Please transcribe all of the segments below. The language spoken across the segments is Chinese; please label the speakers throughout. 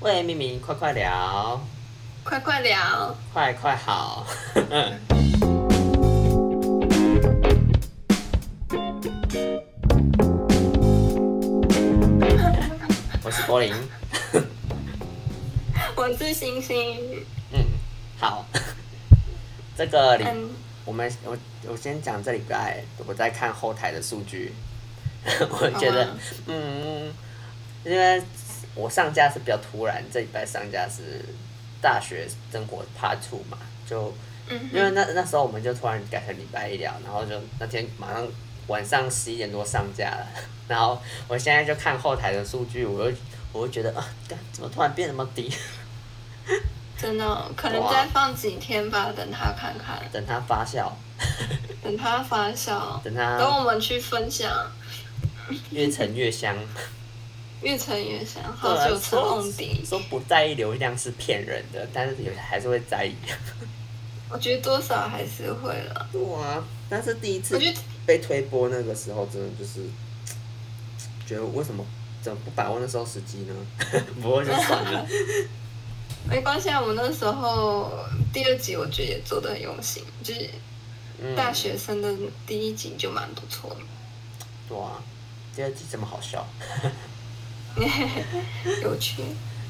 Speaker 1: 喂，明明，快快聊，
Speaker 2: 快快聊，
Speaker 1: 快快好。我是柏林，
Speaker 2: 我是星星。
Speaker 1: 嗯，好。这个礼，
Speaker 2: 嗯，
Speaker 1: 我们我我先讲这礼拜我在看后台的数据， 我觉得
Speaker 2: 好啊，
Speaker 1: 嗯，因为我上架是比较突然，这礼拜上架是大学生活 Part Two 嘛，就
Speaker 2: 嗯哼
Speaker 1: 因为那那时候我们就突然改成礼拜一聊，然后就那天马上晚上十一点多上架了， 然后我现在就看后台的数据，我就我就觉得啊，干怎么突然变那么低？
Speaker 2: 真的哦、可能
Speaker 1: 哇
Speaker 2: 再放几天吧，等他看看，
Speaker 1: 等它发酵，
Speaker 2: 等他发酵，
Speaker 1: 等
Speaker 2: 等
Speaker 1: 它
Speaker 2: 我们去分享。
Speaker 1: 越沉越香。
Speaker 2: 越沉越香，
Speaker 1: 对
Speaker 2: 好
Speaker 1: 啊
Speaker 2: 酒吃
Speaker 1: 说
Speaker 2: 瓮 底。
Speaker 1: 说不在意流量是骗人的，但是有还是会在意。
Speaker 2: 我觉得多少还是会了。
Speaker 1: 对啊，但是第一次
Speaker 2: 我觉得
Speaker 1: 被推播那个时候，真的就是觉得为什么怎么不把握那时候时机呢？ 不过就算 了。
Speaker 2: 没关系，啊，我们那时候第二集我觉得也做的很用心，就是
Speaker 1: 嗯
Speaker 2: 大学生的第一集就蛮不错的，
Speaker 1: 对啊，第二季这么好笑，
Speaker 2: 有趣。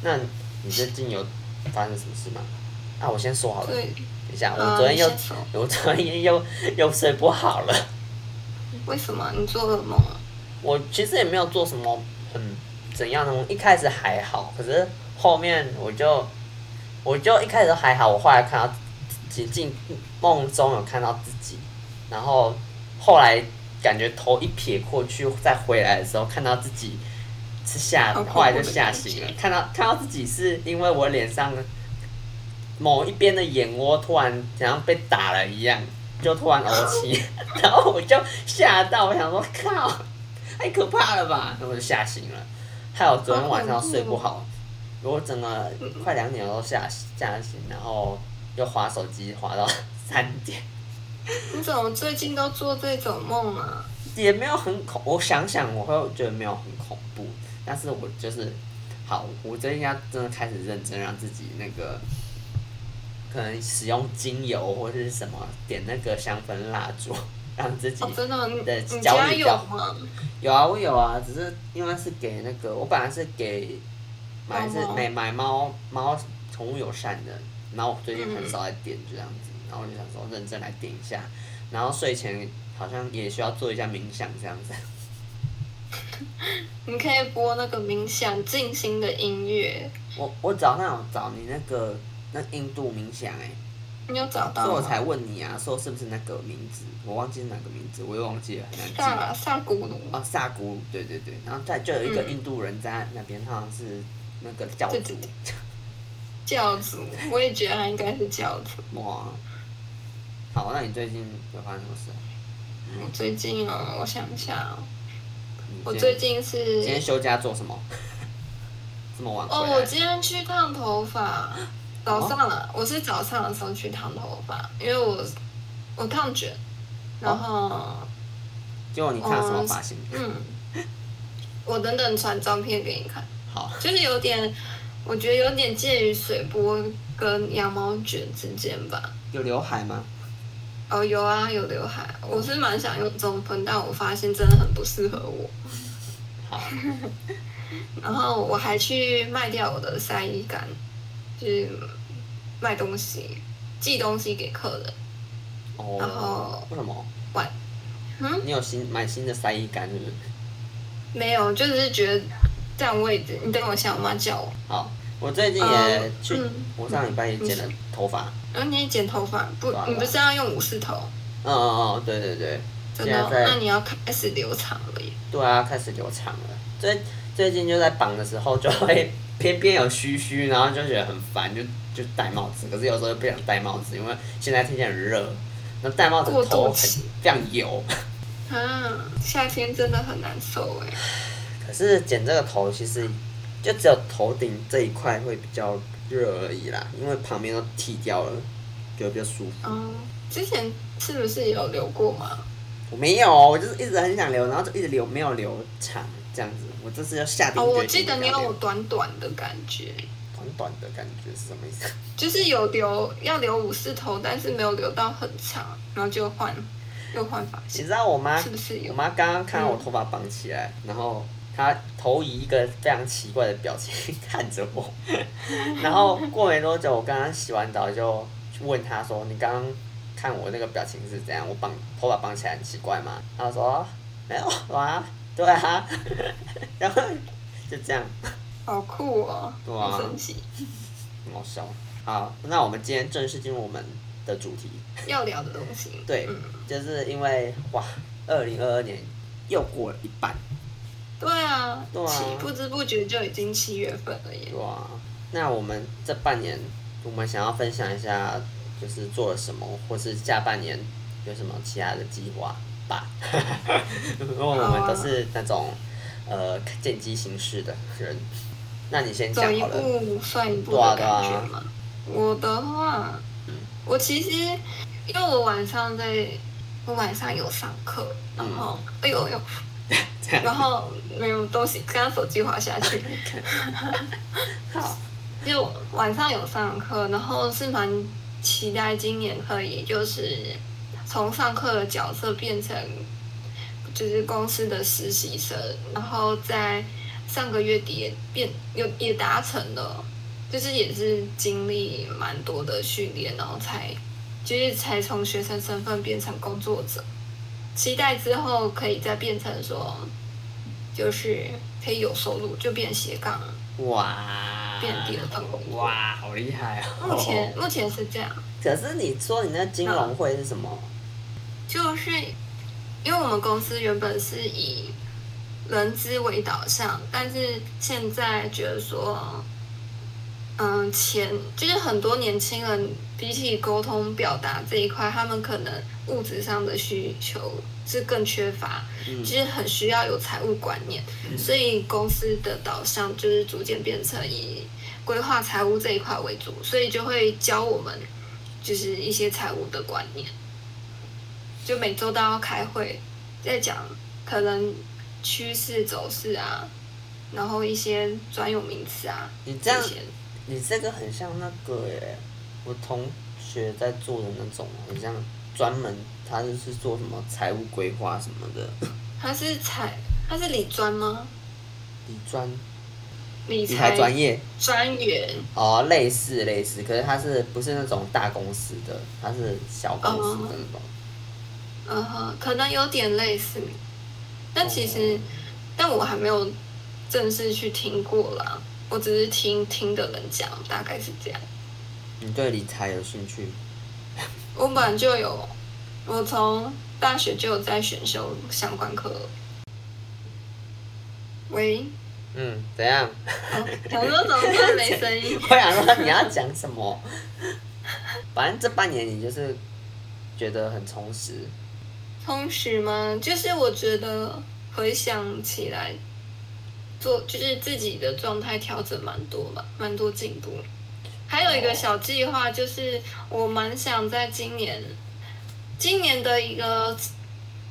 Speaker 1: 那你最近有发生什么事吗？啊，我先说好了，等
Speaker 2: 对，
Speaker 1: 一下，
Speaker 2: 嗯
Speaker 1: 我昨天又、
Speaker 2: 你先说
Speaker 1: 我昨天又又睡不好了。
Speaker 2: 为什么你做噩梦啊？
Speaker 1: 我其实也没有做什么很怎样的，我一开始还好，可是后面我就我就一开始都还好，我后来看到自己进梦中有看到自己，然后后来感觉头一撇过去，再回来的时候看到自己是吓，
Speaker 2: 好恐怖
Speaker 1: 后来就吓醒了
Speaker 2: 的感，
Speaker 1: 看到看到自己是因为我脸上某一边的眼窝突然好像被打了一样，就突然凹起， 然后我就吓到，我想说靠，太可怕了吧，然后我就吓醒了，害我昨天晚上睡不好，我整个快两点都吓吓醒，然后又划手机划到三点，
Speaker 2: 你怎么最近都做这种梦啊？
Speaker 1: 也没有很恐，我想想我会觉得没有很恐怖，但是我就是好，我最近要真的开始认真让自己那个。可能使用精油或者是什么，点那个香氛蜡烛，让自己
Speaker 2: 哦，真的，你
Speaker 1: 对
Speaker 2: 你
Speaker 1: 焦
Speaker 2: 家
Speaker 1: 虑
Speaker 2: 有
Speaker 1: 焦
Speaker 2: 吗？
Speaker 1: 有啊，我有啊，只是因为是给那个，我本来是给买是
Speaker 2: 猫猫
Speaker 1: 买买猫猫宠物友善的，然后我最近很少在点这样子，然后我就想说认真来点一下，然后睡前好像也需要做一下冥想这样子，
Speaker 2: 你可以播那个冥想静心的音乐，
Speaker 1: 我我找那种找你那个那印度冥想哎、
Speaker 2: 你有
Speaker 1: 所
Speaker 2: 找
Speaker 1: 以
Speaker 2: 到
Speaker 1: 我
Speaker 2: 吗？
Speaker 1: 才问你啊，说是不是那个名字，我忘记是哪个名字，我又忘记了，很难记。
Speaker 2: 萨萨古鲁，
Speaker 1: 啊，萨古鲁，对对对，然后再就有一个
Speaker 2: 嗯
Speaker 1: 印度人在那边，他好像是那个教
Speaker 2: 对
Speaker 1: 主
Speaker 2: 对，教主，我也觉得他应该是教主。
Speaker 1: 哇，啊好，那你最近有发生什么事啊？
Speaker 2: 我最近哦，我想一下哦，
Speaker 1: 你
Speaker 2: 我
Speaker 1: 今
Speaker 2: 最
Speaker 1: 天
Speaker 2: 近
Speaker 1: 今天
Speaker 2: 是
Speaker 1: 休假做什么？这么晚
Speaker 2: 哦，
Speaker 1: 回
Speaker 2: 我
Speaker 1: 来？
Speaker 2: 今天去烫头发，早上啊，我是早上的时候去烫头发，因为我我烫卷，然后
Speaker 1: 结果你看了什么发型？
Speaker 2: 嗯，我等等传照片给你看。
Speaker 1: 好，
Speaker 2: 就是有点，我觉得有点介于水波跟羊毛卷之间吧。
Speaker 1: 有刘海吗？
Speaker 2: 哦，有啊，有刘海，我是蛮想用中分，但我发现真的很不适合我。
Speaker 1: 好，
Speaker 2: 然后我还去卖掉我的晒衣杆，就是卖东西，寄东西给客人。然
Speaker 1: 哦
Speaker 2: 后，
Speaker 1: 为什么？
Speaker 2: 晚，嗯，
Speaker 1: 你有新买新的晒衣杆是不是？
Speaker 2: 没有，就只是觉得占位置。你等我一下，我妈叫我。
Speaker 1: 好，我最近也
Speaker 2: 呃
Speaker 1: 去，
Speaker 2: 嗯
Speaker 1: 我上礼拜也剪了头发。
Speaker 2: 然后你也剪头发，不
Speaker 1: 对啊，
Speaker 2: 你不是要用武士头？
Speaker 1: 嗯嗯嗯，对对对，
Speaker 2: 真
Speaker 1: 现
Speaker 2: 的哦、
Speaker 1: 在在
Speaker 2: 那你要开始留长了耶。
Speaker 1: 对啊，开始留长了。最最近就在绑的时候，就会 偏偏有须须，然后就觉得很烦，就就戴帽子。可是有时候又不想戴帽子，因为现在天气很热，那戴帽子
Speaker 2: 过渡
Speaker 1: 头很
Speaker 2: 期
Speaker 1: 非常油。
Speaker 2: 啊，夏天真的很难受哎。
Speaker 1: 可是剪这个头其实就只有头顶这一块会比较热而已啦，因为旁边都剃掉了，觉得比较舒服。
Speaker 2: 嗯，之前是不是有留过吗？
Speaker 1: 我没有，我就是一直很想留，然后就一直留，没有留长。这样子，我这次要下定
Speaker 2: 哦，
Speaker 1: 决心。
Speaker 2: 我记得你有
Speaker 1: 有
Speaker 2: 短短的感觉，
Speaker 1: 短短的感觉是什么意思？
Speaker 2: 就是有留要留五四头，但是没有留到很长，然后就换又换发
Speaker 1: 你
Speaker 2: 型，
Speaker 1: 知道我妈
Speaker 2: 是不是
Speaker 1: 我
Speaker 2: 有？
Speaker 1: 妈刚刚看到我头发绑起来，然后她投以一个非常奇怪的表情 看着我，然后过没多久，我刚刚洗完澡就去问她说：“你刚刚看我那个表情是怎样？我绑头发绑起来很奇怪吗？”她说：“没有啊，对啊。” 然后就这样，
Speaker 2: 好酷哦，
Speaker 1: 对啊
Speaker 2: 好神奇！
Speaker 1: 很好笑。好，那我们今天正式进入我们的主题。
Speaker 2: 要聊的东西，
Speaker 1: 对
Speaker 2: 嗯，
Speaker 1: 就是因为哇，二零二二年又过了一半，
Speaker 2: 对啊，
Speaker 1: 对啊
Speaker 2: 七不知不觉就已经七月份了耶。
Speaker 1: 哇，啊那我们这半年，我们想要分享一下，就是做了什么，或是下半年有什么其他的计划吧。 因为我们都是那种呃见机行事的人，那你先讲
Speaker 2: 走一
Speaker 1: 好了。
Speaker 2: 步算一步
Speaker 1: 对啊
Speaker 2: 的
Speaker 1: 对啊
Speaker 2: 感觉嘛。我的话，我其实因为我晚上在，我晚上有上课，然后、
Speaker 1: 嗯
Speaker 2: 哎呦哎呦，
Speaker 1: 这样
Speaker 2: 然后没有东西，刚刚手机滑下去，
Speaker 1: 好，
Speaker 2: 就晚上有上课，然后是蛮期待今年可以就是从上课的角色变成就是公司的实习生，然后在上个月底也变有也达成了，就是也是经历蛮多的训练，然后才就是才从学生身份变成工作者，期待之后可以再变成说就是可以有收入，就变斜杠了。
Speaker 1: 哇，
Speaker 2: 遍地的动物
Speaker 1: 哇，好厉害哦！
Speaker 2: 目前目前是这样，
Speaker 1: 可是你说你那金融会是什么？
Speaker 2: 就是因为我们公司原本是以人资为导向，但是现在觉得说，嗯，钱就是很多年轻人比起沟通表达这一块，他们可能物质上的需求是更缺乏，
Speaker 1: 嗯
Speaker 2: 就是很需要有财务观念，
Speaker 1: 嗯
Speaker 2: 所以公司的导向就是逐渐变成以规划财务这一块为主，所以就会教我们就是一些财务的观念，就每周都要开会，在讲可能趋势走势啊，然后一些专有名词啊，
Speaker 1: 你这
Speaker 2: 这
Speaker 1: 样
Speaker 2: 些
Speaker 1: 你这个很像那个耶、我同学在做的那种，很像专门他就是做什么财务规划什么的，
Speaker 2: 他是财，他是理专吗？
Speaker 1: 理专理
Speaker 2: 理
Speaker 1: 财专业
Speaker 2: 专员
Speaker 1: 哦，类似类似，可是他是不是那种大公司的，他是小公司的那种。
Speaker 2: 哦嗯哼，可能有点类似，但其实，
Speaker 1: 哦
Speaker 2: 但我还没有正式去听过啦，我只是听听的人讲，大概是这样。
Speaker 1: 你对理财有兴趣？
Speaker 2: 我本来就有，我从大学就有在选修相关课。喂，
Speaker 1: 嗯，怎样？
Speaker 2: 哦想说怎么突然没声音？
Speaker 1: 我想说你要讲什么？反正这半年你就是觉得很充实，
Speaker 2: 充实吗？就是我觉得回想起来，做就是自己的状态调整蛮多吧，蛮多进步。还有一个小计划，就是我蛮想在今年，今年的一个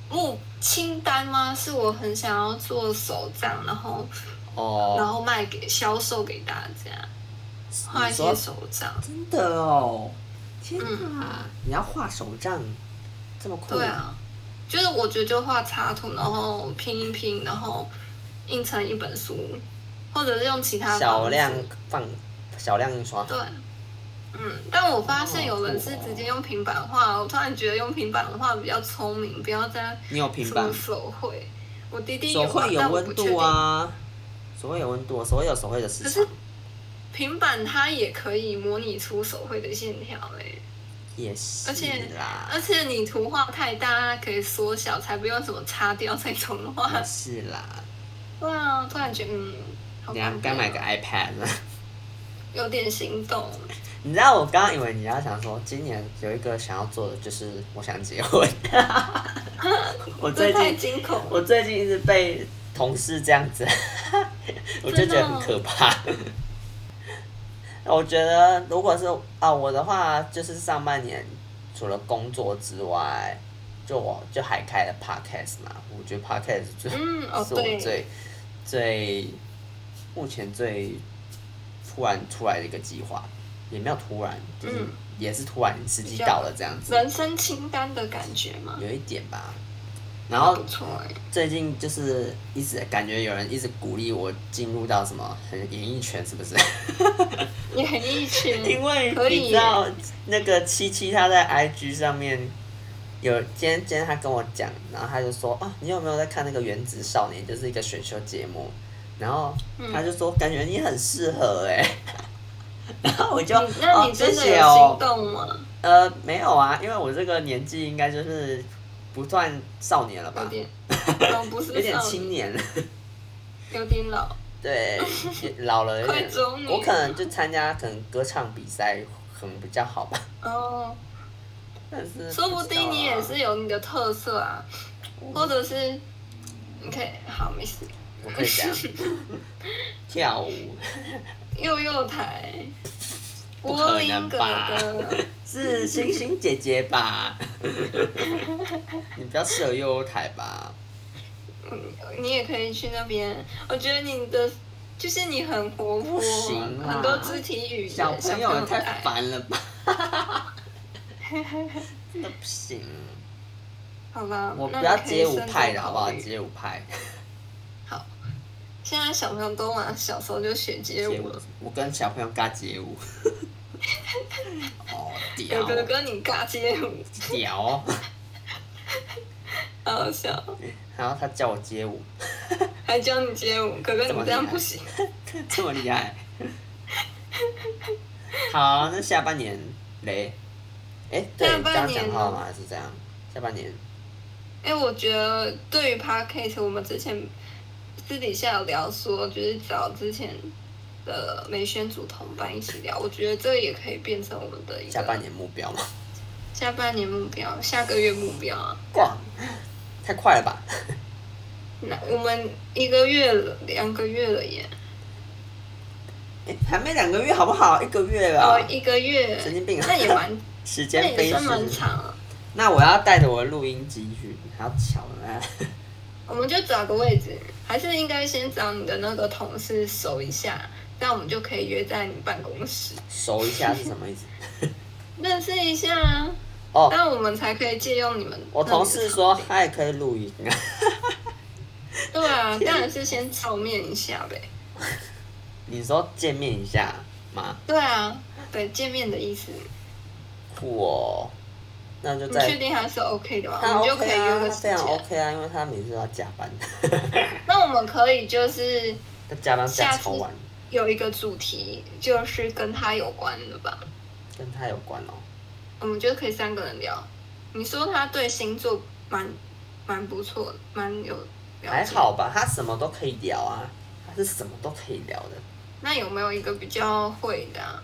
Speaker 2: 目清单吗？是我很想要做手账，然后然
Speaker 1: 哦，
Speaker 2: 后卖给销售给大家，画一
Speaker 1: 你
Speaker 2: 些
Speaker 1: 说
Speaker 2: 手账。
Speaker 1: 真的哦，天哪！你要画手账，这么酷？
Speaker 2: 嗯对啊，就是我觉得就画插图，然后拼一拼，然后印成一本书，或者是用其他方
Speaker 1: 小
Speaker 2: 式
Speaker 1: 量放，小量印刷。
Speaker 2: 对，嗯，但我发现有人是
Speaker 1: 哦酷哦
Speaker 2: 直接用平板画，我突然觉得用平板画比较聪明，不要再
Speaker 1: 你有平
Speaker 2: 什
Speaker 1: 板
Speaker 2: 么？手绘。我弟弟有
Speaker 1: 手
Speaker 2: 啊，
Speaker 1: 绘有
Speaker 2: 但我不
Speaker 1: 温
Speaker 2: 确
Speaker 1: 度
Speaker 2: 定。
Speaker 1: 啊，手绘有温度，手绘有手绘的市
Speaker 2: 可
Speaker 1: 场
Speaker 2: 是。平板它也可以模拟出手绘的线条诶、
Speaker 1: 也是
Speaker 2: 而且
Speaker 1: 啦，
Speaker 2: 而且你图画太大，它可以缩小，才不用什么擦掉再重画。
Speaker 1: 也是啦。
Speaker 2: 对啊，突然觉得嗯，好
Speaker 1: 你要
Speaker 2: 方便
Speaker 1: 该买个啊
Speaker 2: 哦
Speaker 1: iPad 了。
Speaker 2: 有点心动。
Speaker 1: 你知道我刚刚以为你要想说，今年有一个想要做的就是我想结婚。 我最
Speaker 2: 这太
Speaker 1: 近
Speaker 2: 惊恐了，
Speaker 1: 我最近一直被同事这样子， 我就觉得很可怕。
Speaker 2: 哦
Speaker 1: 我觉得如果是啊我的话，就是上半年除了工作之外，就我就还开了 podcast 嘛，我觉得 podcast 最、
Speaker 2: 嗯哦
Speaker 1: 是我
Speaker 2: 对
Speaker 1: 最最目前最突然出来的一个计划，也没有突然，就是
Speaker 2: 嗯
Speaker 1: 也是突然时机到了这样子，
Speaker 2: 人生清单的感觉嘛，
Speaker 1: 有一点吧。然后
Speaker 2: 不错哎、
Speaker 1: 最近就是一直感觉有人一直鼓励我进入到什么很演艺圈，是 不是？
Speaker 2: 你很一群
Speaker 1: 因为
Speaker 2: 可以
Speaker 1: 你知道那个七七他在 IG 上面有今天今天他跟我讲，然后他就说啊，你有没有在看那个《原子少年》，就是一个选秀节目，然后
Speaker 2: 嗯
Speaker 1: 他就说、感觉你很适合哎、 然后我就
Speaker 2: 你嗯那
Speaker 1: 哦
Speaker 2: 你
Speaker 1: 谢
Speaker 2: 真的有
Speaker 1: 谢哦
Speaker 2: 心，动吗？
Speaker 1: 呃没有啊，因为我这个年纪应该就是不算少年了
Speaker 2: 有
Speaker 1: 吧，
Speaker 2: 点，哦，不是
Speaker 1: 啊 有点
Speaker 2: 少女
Speaker 1: 青年了。
Speaker 2: 有点老，
Speaker 1: 对， 老了有
Speaker 2: 快
Speaker 1: 点
Speaker 2: 中年
Speaker 1: 我可能就参加可能歌唱比赛，可能比较好吧。
Speaker 2: 哦，
Speaker 1: 但是
Speaker 2: 说不定你也
Speaker 1: 知道啊，
Speaker 2: 是有你的特色啊，或者是你可以好没事，
Speaker 1: 我可以 这样跳舞，
Speaker 2: 幼幼台，
Speaker 1: 不
Speaker 2: 柏
Speaker 1: 可
Speaker 2: 林
Speaker 1: 能
Speaker 2: 哥
Speaker 1: 吧
Speaker 2: 哥，
Speaker 1: 是星星姐姐 吧？你比较适合悠悠台吧？
Speaker 2: 你也可以去那边。我觉得你的就是你很活泼，
Speaker 1: 不行啊
Speaker 2: 很多肢体语言，
Speaker 1: 小朋友也
Speaker 2: 很
Speaker 1: 太
Speaker 2: 爱。
Speaker 1: 烦了吧？真的不行，
Speaker 2: 好吧，
Speaker 1: 我
Speaker 2: 那
Speaker 1: 比
Speaker 2: 你可
Speaker 1: 较
Speaker 2: 以
Speaker 1: 街舞
Speaker 2: 慎重
Speaker 1: 派的好不
Speaker 2: 考
Speaker 1: 好？
Speaker 2: 虑
Speaker 1: 街舞派，
Speaker 2: 好，现在小朋友都嘛小时候就学街
Speaker 1: 街
Speaker 2: 舞
Speaker 1: 舞
Speaker 2: 了。，
Speaker 1: 我跟小朋友尬街 舞。哦，屌
Speaker 2: 哥哥跟你尬街舞，
Speaker 1: 屌！哦
Speaker 2: 好好笑，
Speaker 1: 然后他叫我街舞，
Speaker 2: 还教你街舞，哥哥
Speaker 1: 这么
Speaker 2: 你
Speaker 1: 厉
Speaker 2: 这样
Speaker 1: 害
Speaker 2: 不行。
Speaker 1: 这么厉害。好，那下半年嘞？哎、对，
Speaker 2: 下
Speaker 1: 刚
Speaker 2: 半
Speaker 1: 刚
Speaker 2: 年哦
Speaker 1: 讲好了吗？还是这样？下半年
Speaker 2: 哎、我觉得对于 podcast，我们之前私底下有聊说，就是找之前的美宣组同伴一起聊，我觉得这也可以变成我们的一个
Speaker 1: 下半年目标嘛？
Speaker 2: 下半年目标，下个月目标啊。
Speaker 1: 哇，太快了吧！
Speaker 2: 那我们一个月了，两个月了耶，
Speaker 1: 哎、还没两个月好不好？一个月了，
Speaker 2: 哦，一个月，
Speaker 1: 啊神经病啊
Speaker 2: 那也 蛮，
Speaker 1: 时
Speaker 2: 那
Speaker 1: 间
Speaker 2: 也
Speaker 1: 飞
Speaker 2: 算蛮
Speaker 1: 逝。
Speaker 2: 长啊了。
Speaker 1: 那我要带着我的录音机去，还要巧呢。
Speaker 2: 我们就找个位置，还是应该先找你的那个同事熟一下，这样我们就可以约在你办公室
Speaker 1: 熟一下是什么意思？
Speaker 2: 认识一下啊。
Speaker 1: 哦，
Speaker 2: 但我们才可以借用你们。
Speaker 1: 我同事说，他也可以录音啊。
Speaker 2: 对啊，当然是先照面一下呗。
Speaker 1: 你说见面一下吗？
Speaker 2: 对啊，对见面的意思，
Speaker 1: 酷哦，那就
Speaker 2: 你
Speaker 1: 在
Speaker 2: 确定还是 OK 的吗？
Speaker 1: 他
Speaker 2: 我们就可
Speaker 1: OK
Speaker 2: 以
Speaker 1: 啊，
Speaker 2: 约
Speaker 1: 他
Speaker 2: 个
Speaker 1: 非
Speaker 2: 时间
Speaker 1: 常。OK 啊，因为他每次都要加班，
Speaker 2: 那我们可以就是
Speaker 1: 他加班加
Speaker 2: 下
Speaker 1: 超
Speaker 2: 次
Speaker 1: 晚，
Speaker 2: 有一个主题，就是跟他有关的吧。
Speaker 1: 跟他有关哦。
Speaker 2: 我们就可以三个人聊。你说他对星座蛮蛮不错，蛮有了解
Speaker 1: 还。好吧，他什么都可以聊啊，他是什么都可以聊的。
Speaker 2: 那有没有一个比较会的啊、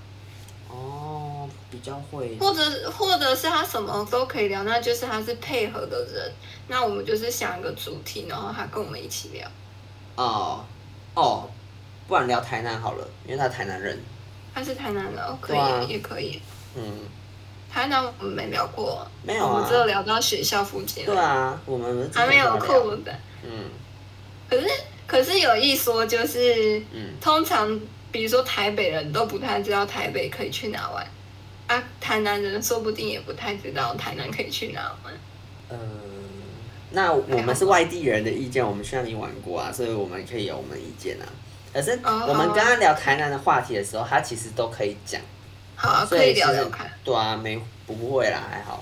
Speaker 1: 哦，比较会
Speaker 2: 或者或者是他什么都可以聊，那就是他是配合的人。那我们就是想一个主题，然后他跟我们一起聊。
Speaker 1: 哦哦，不然聊台南好了，因为他台南人。
Speaker 2: 他是台南的，哦可以、
Speaker 1: 对啊
Speaker 2: 也可以。
Speaker 1: 嗯，
Speaker 2: 台南我们没聊过，
Speaker 1: 没有
Speaker 2: 哦我
Speaker 1: 啊
Speaker 2: 们只，有聊到学校附近，
Speaker 1: 对啊，我们不是之前
Speaker 2: 还没有
Speaker 1: 都聊
Speaker 2: 空的。
Speaker 1: 嗯
Speaker 2: 可是可是有一说，就是
Speaker 1: 嗯，
Speaker 2: 通常比如说台北人都不太知道台北可以去哪玩。啊，台南人说不定也不太知道台南可以去哪玩。
Speaker 1: 呃。那我
Speaker 2: 还好
Speaker 1: 们是外地人的意见，我们去那里玩过啊，所以我们可以有我们的意见啊。可是
Speaker 2: 哦
Speaker 1: 我们
Speaker 2: 好啊
Speaker 1: 跟他聊台南的话题的时候，他其实都可以讲。
Speaker 2: 好、啊，
Speaker 1: 所
Speaker 2: 可以
Speaker 1: 其
Speaker 2: 聊
Speaker 1: 实
Speaker 2: 聊看。
Speaker 1: 对啊，没不会啦，还好。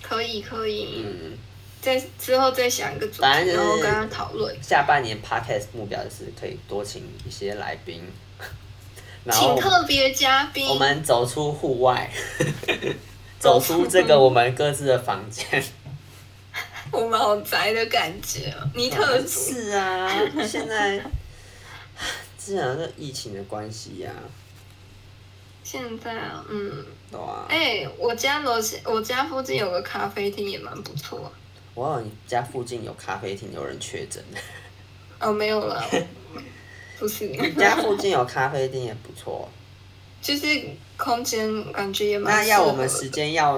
Speaker 2: 可以可以，
Speaker 1: 嗯，
Speaker 2: 再之后再想一个主题，
Speaker 1: 反正就是
Speaker 2: 然后跟他讨论，
Speaker 1: 下半年 podcast 目标就是可以多请一些来 宾，然
Speaker 2: 请
Speaker 1: 后
Speaker 2: 特别嘉宾。
Speaker 1: 我们走出户 外，走出这个我们各自的房间。
Speaker 2: 我们好宅的感觉哦，尼 特 族。
Speaker 1: 是啊，现在 自然是疫情的关系啊呀、
Speaker 2: 现在啊，嗯，
Speaker 1: 对啊。
Speaker 2: 哎、我家楼下，我家附近有个咖啡厅也蛮不错。
Speaker 1: 我有你家附近有咖啡厅有人确 诊，
Speaker 2: 哦，没 有了，不是，
Speaker 1: 你家附近有咖啡厅也不错。
Speaker 2: 就是空间感觉也蛮
Speaker 1: 那要我们
Speaker 2: 适合
Speaker 1: 时间要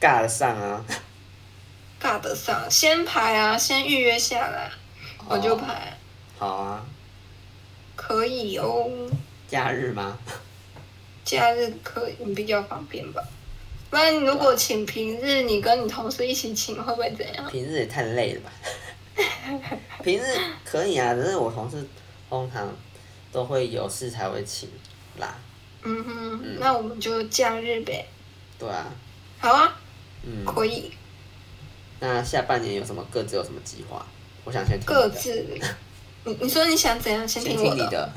Speaker 1: 尬得上啊。哦
Speaker 2: 尬得上，先排啊，先预约下来，我就排。
Speaker 1: 好啊，
Speaker 2: 可以哦，
Speaker 1: 假日 吗？
Speaker 2: 假日可以比较方便吧。不然如果请平日，你跟你同事一起请，会不会怎样？
Speaker 1: 平日也太累了 吧？平日可以啊，只是我同事通常都会有事才会请啦。
Speaker 2: 嗯哼，那我们就假日呗。
Speaker 1: 对啊，
Speaker 2: 好啊，
Speaker 1: 嗯，
Speaker 2: 可以，
Speaker 1: 那下半年有什么各自有什么计划？我想先听
Speaker 2: 各
Speaker 1: 你的
Speaker 2: 自。你你说你想怎样？先
Speaker 1: 先
Speaker 2: 听我
Speaker 1: 听你
Speaker 2: 的。
Speaker 1: 的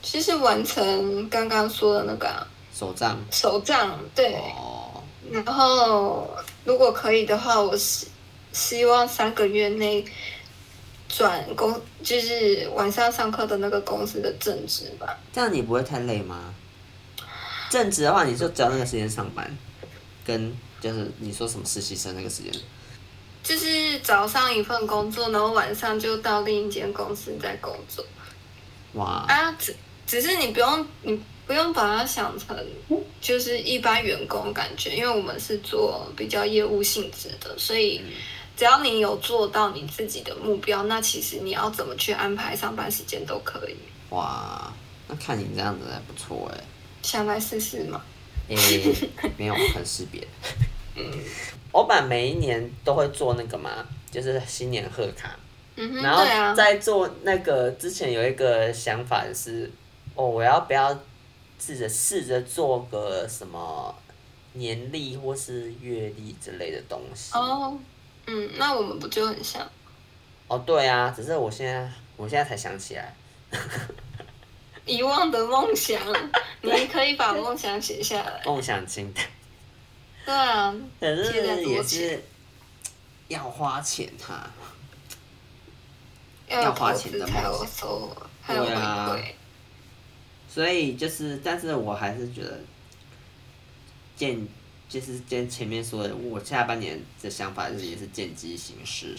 Speaker 2: 其实完成刚刚说的那个啊
Speaker 1: 手账
Speaker 2: 手账，对。
Speaker 1: 哦，
Speaker 2: 然后如果可以的话，我希希望三个月内转公，就是晚上上课的那个公司的正职吧。
Speaker 1: 这样你不会太累吗？正职的话，你就只要那个时间上班，跟就是你说什么实习生那个时间，
Speaker 2: 就是早上一份工作，然后晚上就到另一间公司在工作
Speaker 1: 哇，
Speaker 2: 啊。只只是你不用，你不用把它想成就是一般员工感觉，因为我们是做比较业务性质的，所以只要你有做到你自己的目标，那其实你要怎么去安排上班时间都可以。
Speaker 1: 哇，那看你这样子还不错 哎、
Speaker 2: 想来试试嘛？
Speaker 1: 诶、没有很识别。欧版每一年都会做那个嘛，就是新年贺卡，
Speaker 2: 嗯哼，
Speaker 1: 然后
Speaker 2: 对啊，
Speaker 1: 在做那个之前有一个想法是，哦，我要不要试着试着做个什么年历或是月历之类的东西。
Speaker 2: 哦，嗯，那我们不就很像？
Speaker 1: 哦，对啊，只是我现在我现在才想起来，
Speaker 2: 遗忘的 梦想，你可以把梦想写下来。
Speaker 1: 梦想清单，
Speaker 2: 对啊，
Speaker 1: 可
Speaker 2: 现在
Speaker 1: 是
Speaker 2: 多
Speaker 1: 也
Speaker 2: 钱
Speaker 1: 是要花钱哈、
Speaker 2: 要有
Speaker 1: 要花
Speaker 2: 投
Speaker 1: 钱
Speaker 2: 资
Speaker 1: 的
Speaker 2: 才
Speaker 1: 梦
Speaker 2: 有
Speaker 1: 想
Speaker 2: 收，还有回
Speaker 1: 对啊
Speaker 2: 馈。
Speaker 1: 所以就是，但是我还是觉得，见就是跟前面说的，我下半年的想法就是也是见机行事，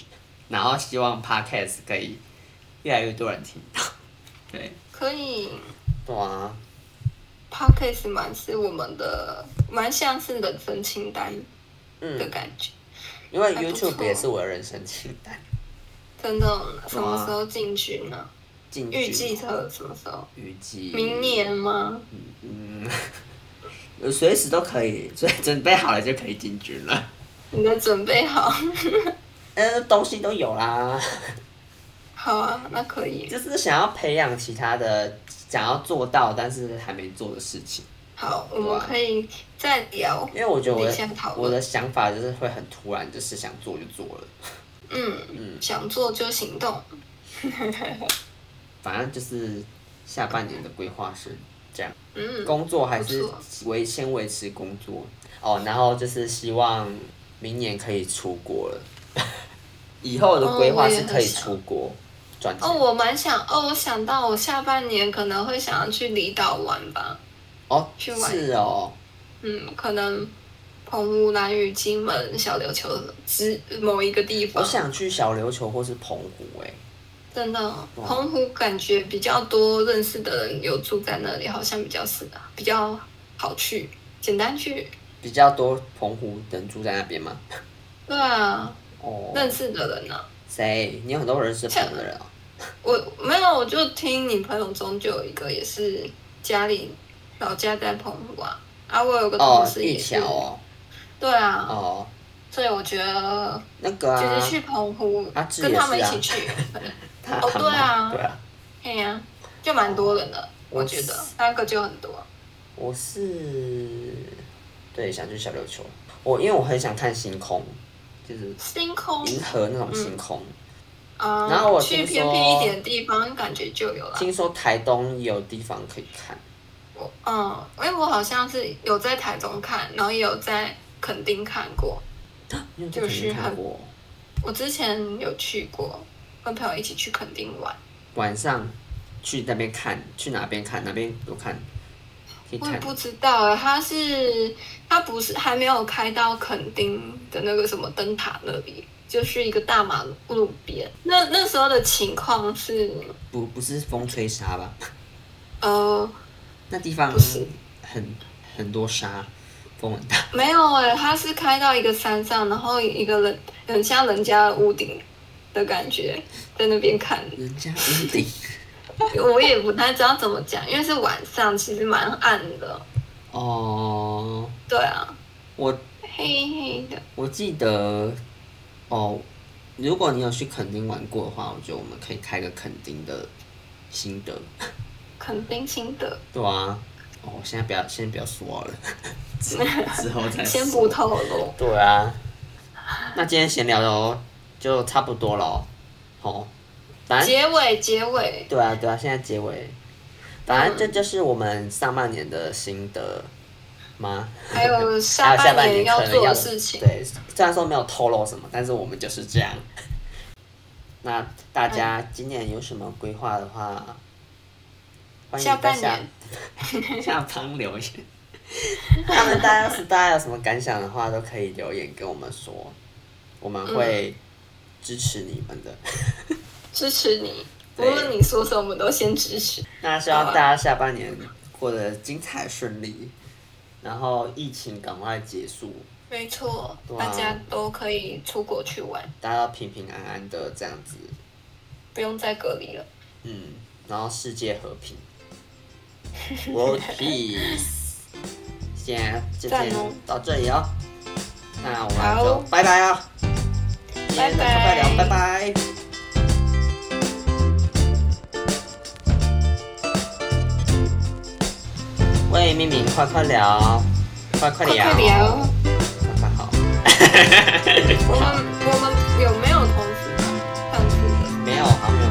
Speaker 1: 然后希望 podcast 可以越来越多人听到。 对，
Speaker 2: 可以
Speaker 1: 对啊，
Speaker 2: ，Podcast 蛮是我们的，蛮像是人生清单的
Speaker 1: 嗯，
Speaker 2: 感觉。
Speaker 1: 因为
Speaker 2: 还不错
Speaker 1: YouTube 也是我的人生清单，
Speaker 2: 真的，什么时候进军呢？
Speaker 1: 进
Speaker 2: 预
Speaker 1: 军
Speaker 2: 计它什么时候？
Speaker 1: 预计
Speaker 2: 明年，吗？
Speaker 1: 嗯， 呃随时都可以，所以准备好了就可以进军了。
Speaker 2: 你的准备好？
Speaker 1: 嗯，东西都有啦。
Speaker 2: 好啊，那可以。
Speaker 1: 就是想要培养其他的，想要做到但是还没做的事情。
Speaker 2: 好，我
Speaker 1: 对
Speaker 2: 们
Speaker 1: 啊
Speaker 2: 可以再聊。
Speaker 1: 因为我觉得我
Speaker 2: 你先讨
Speaker 1: 的
Speaker 2: 论
Speaker 1: 我的想法就是会很突然，就是想做就做了，
Speaker 2: 嗯，想做就行动。
Speaker 1: 反正就是下半年的规划是这样。
Speaker 2: 嗯，
Speaker 1: 工作还是
Speaker 2: 不
Speaker 1: 维先维持工作哦，然后就是希望明年可以出国了。 以后的规划是可以出国赚钱
Speaker 2: 哦，我蛮想哦，我想到我下半年可能会想要去离岛玩吧。
Speaker 1: 哦，
Speaker 2: 去玩
Speaker 1: 是哦，
Speaker 2: 嗯，可能澎湖、南屿、金门、小琉球之某一个地
Speaker 1: 我
Speaker 2: 方。
Speaker 1: 想去小琉球或是澎湖哎，
Speaker 2: 真的，澎湖感觉比较多认识的人有住在那里，好像比较是比较好去，简单去。
Speaker 1: 比较多澎湖人住在那边吗？
Speaker 2: 对啊，
Speaker 1: 哦，
Speaker 2: 认识的人呢、啊
Speaker 1: 谁？你有很多认识朋友的人哦。
Speaker 2: 我没有，我就听你朋友中就有一个也是家里老家在澎湖啊，啊，我有个同
Speaker 1: 哦，
Speaker 2: 事
Speaker 1: 玉
Speaker 2: 也是，
Speaker 1: 桥哦，
Speaker 2: 对啊，
Speaker 1: 哦，
Speaker 2: 所以我觉得
Speaker 1: 那个
Speaker 2: 就
Speaker 1: 啊
Speaker 2: 是，去澎湖、
Speaker 1: 阿志
Speaker 2: 跟他们
Speaker 1: 也
Speaker 2: 一
Speaker 1: 是啊
Speaker 2: 起去，
Speaker 1: 他
Speaker 2: 哦对啊
Speaker 1: 对啊，
Speaker 2: 哎呀、就蛮多人的，
Speaker 1: 我
Speaker 2: 我觉得那个就很多，
Speaker 1: 我是对想去小琉球，我因为我很想看星空，就是
Speaker 2: 星空
Speaker 1: 银河那
Speaker 2: 嗯
Speaker 1: 种星空。
Speaker 2: 啊，
Speaker 1: 嗯然后我
Speaker 2: 去
Speaker 1: 听
Speaker 2: 偏
Speaker 1: 说
Speaker 2: 僻一点的地方感觉就有了，
Speaker 1: 听说台东有地方可以看，
Speaker 2: 我嗯，因为我好像是有在台中看，然后也有在垦丁看过，
Speaker 1: 因为这个
Speaker 2: 就是
Speaker 1: 没看
Speaker 2: 很
Speaker 1: 过。
Speaker 2: 我之前有去过，跟朋友一起去垦丁玩。
Speaker 1: 晚上去那边看，去哪边看？哪边有看？可以
Speaker 2: 我也
Speaker 1: 看
Speaker 2: 不知道啊，它是它不是还没有开到垦丁的那个什么灯塔那里，就是一个大马路边。那那时候的情况是，
Speaker 1: 不不是风吹沙吧？
Speaker 2: 呃，
Speaker 1: 那地方
Speaker 2: 不是
Speaker 1: 很很多沙，风很大。
Speaker 2: 没有哎、它是开到一个山上，然后一个人很像人家的屋顶的感觉，在那边看。
Speaker 1: 人家屋顶，
Speaker 2: 我也不太知道怎么讲，因为是晚上，其实蛮暗的。
Speaker 1: 哦，
Speaker 2: 对啊，
Speaker 1: 我
Speaker 2: 黑黑的。
Speaker 1: 我记得，哦，如果你有去垦丁玩过的话，我觉得我们可以开个垦丁的心得。
Speaker 2: 肯定心得，
Speaker 1: 对啊，哦，我现在不要，先不要说好了， 之之后再说
Speaker 2: 先不透露。
Speaker 1: 对啊，那今天闲聊哦，就差不多了哦。好，反正
Speaker 2: 结尾，结尾，
Speaker 1: 对啊对啊，现在结尾，反正这就是我们上半年的心得吗？
Speaker 2: 还有
Speaker 1: 还
Speaker 2: 下
Speaker 1: 有下
Speaker 2: 半
Speaker 1: 半
Speaker 2: 年
Speaker 1: 年可
Speaker 2: 要
Speaker 1: 能
Speaker 2: 做
Speaker 1: 要
Speaker 2: 的事情。
Speaker 1: 对，虽然说没有透露什么，但是我们就是这样。 那大
Speaker 2: 嗯
Speaker 1: 家今年有什么规划的话，欢迎
Speaker 2: 下
Speaker 1: 在
Speaker 2: 半
Speaker 1: 下
Speaker 2: 年
Speaker 1: 下方留言。他们大家是大家有什么感想的话，都可以留言跟我们说，我
Speaker 2: 嗯
Speaker 1: 们会支持你们的。
Speaker 2: 支持你，无
Speaker 1: 对
Speaker 2: 论你说什么，我们都先支持。
Speaker 1: 那希望
Speaker 2: 啊
Speaker 1: 大家下半年过得精彩顺利，然后疫情赶快结束，
Speaker 2: 没错，
Speaker 1: 对啊
Speaker 2: 大家都可以出国去玩，
Speaker 1: 大家平平安安的这样子，
Speaker 2: 不用再隔离了。
Speaker 1: 嗯，然后世界和 平，World Peace。今天就
Speaker 2: 赞
Speaker 1: 先
Speaker 2: 哦
Speaker 1: 到这里哦，那我们
Speaker 2: 好
Speaker 1: 就拜拜啊！今天的快聊，
Speaker 2: 拜拜
Speaker 1: 拜拜。喂，敏敏，快快聊，快快啊
Speaker 2: 快
Speaker 1: 聊，
Speaker 2: 快啊聊，
Speaker 1: 快快好。
Speaker 2: 啊我们我们有没有同时上次的？
Speaker 1: 没有，好像没有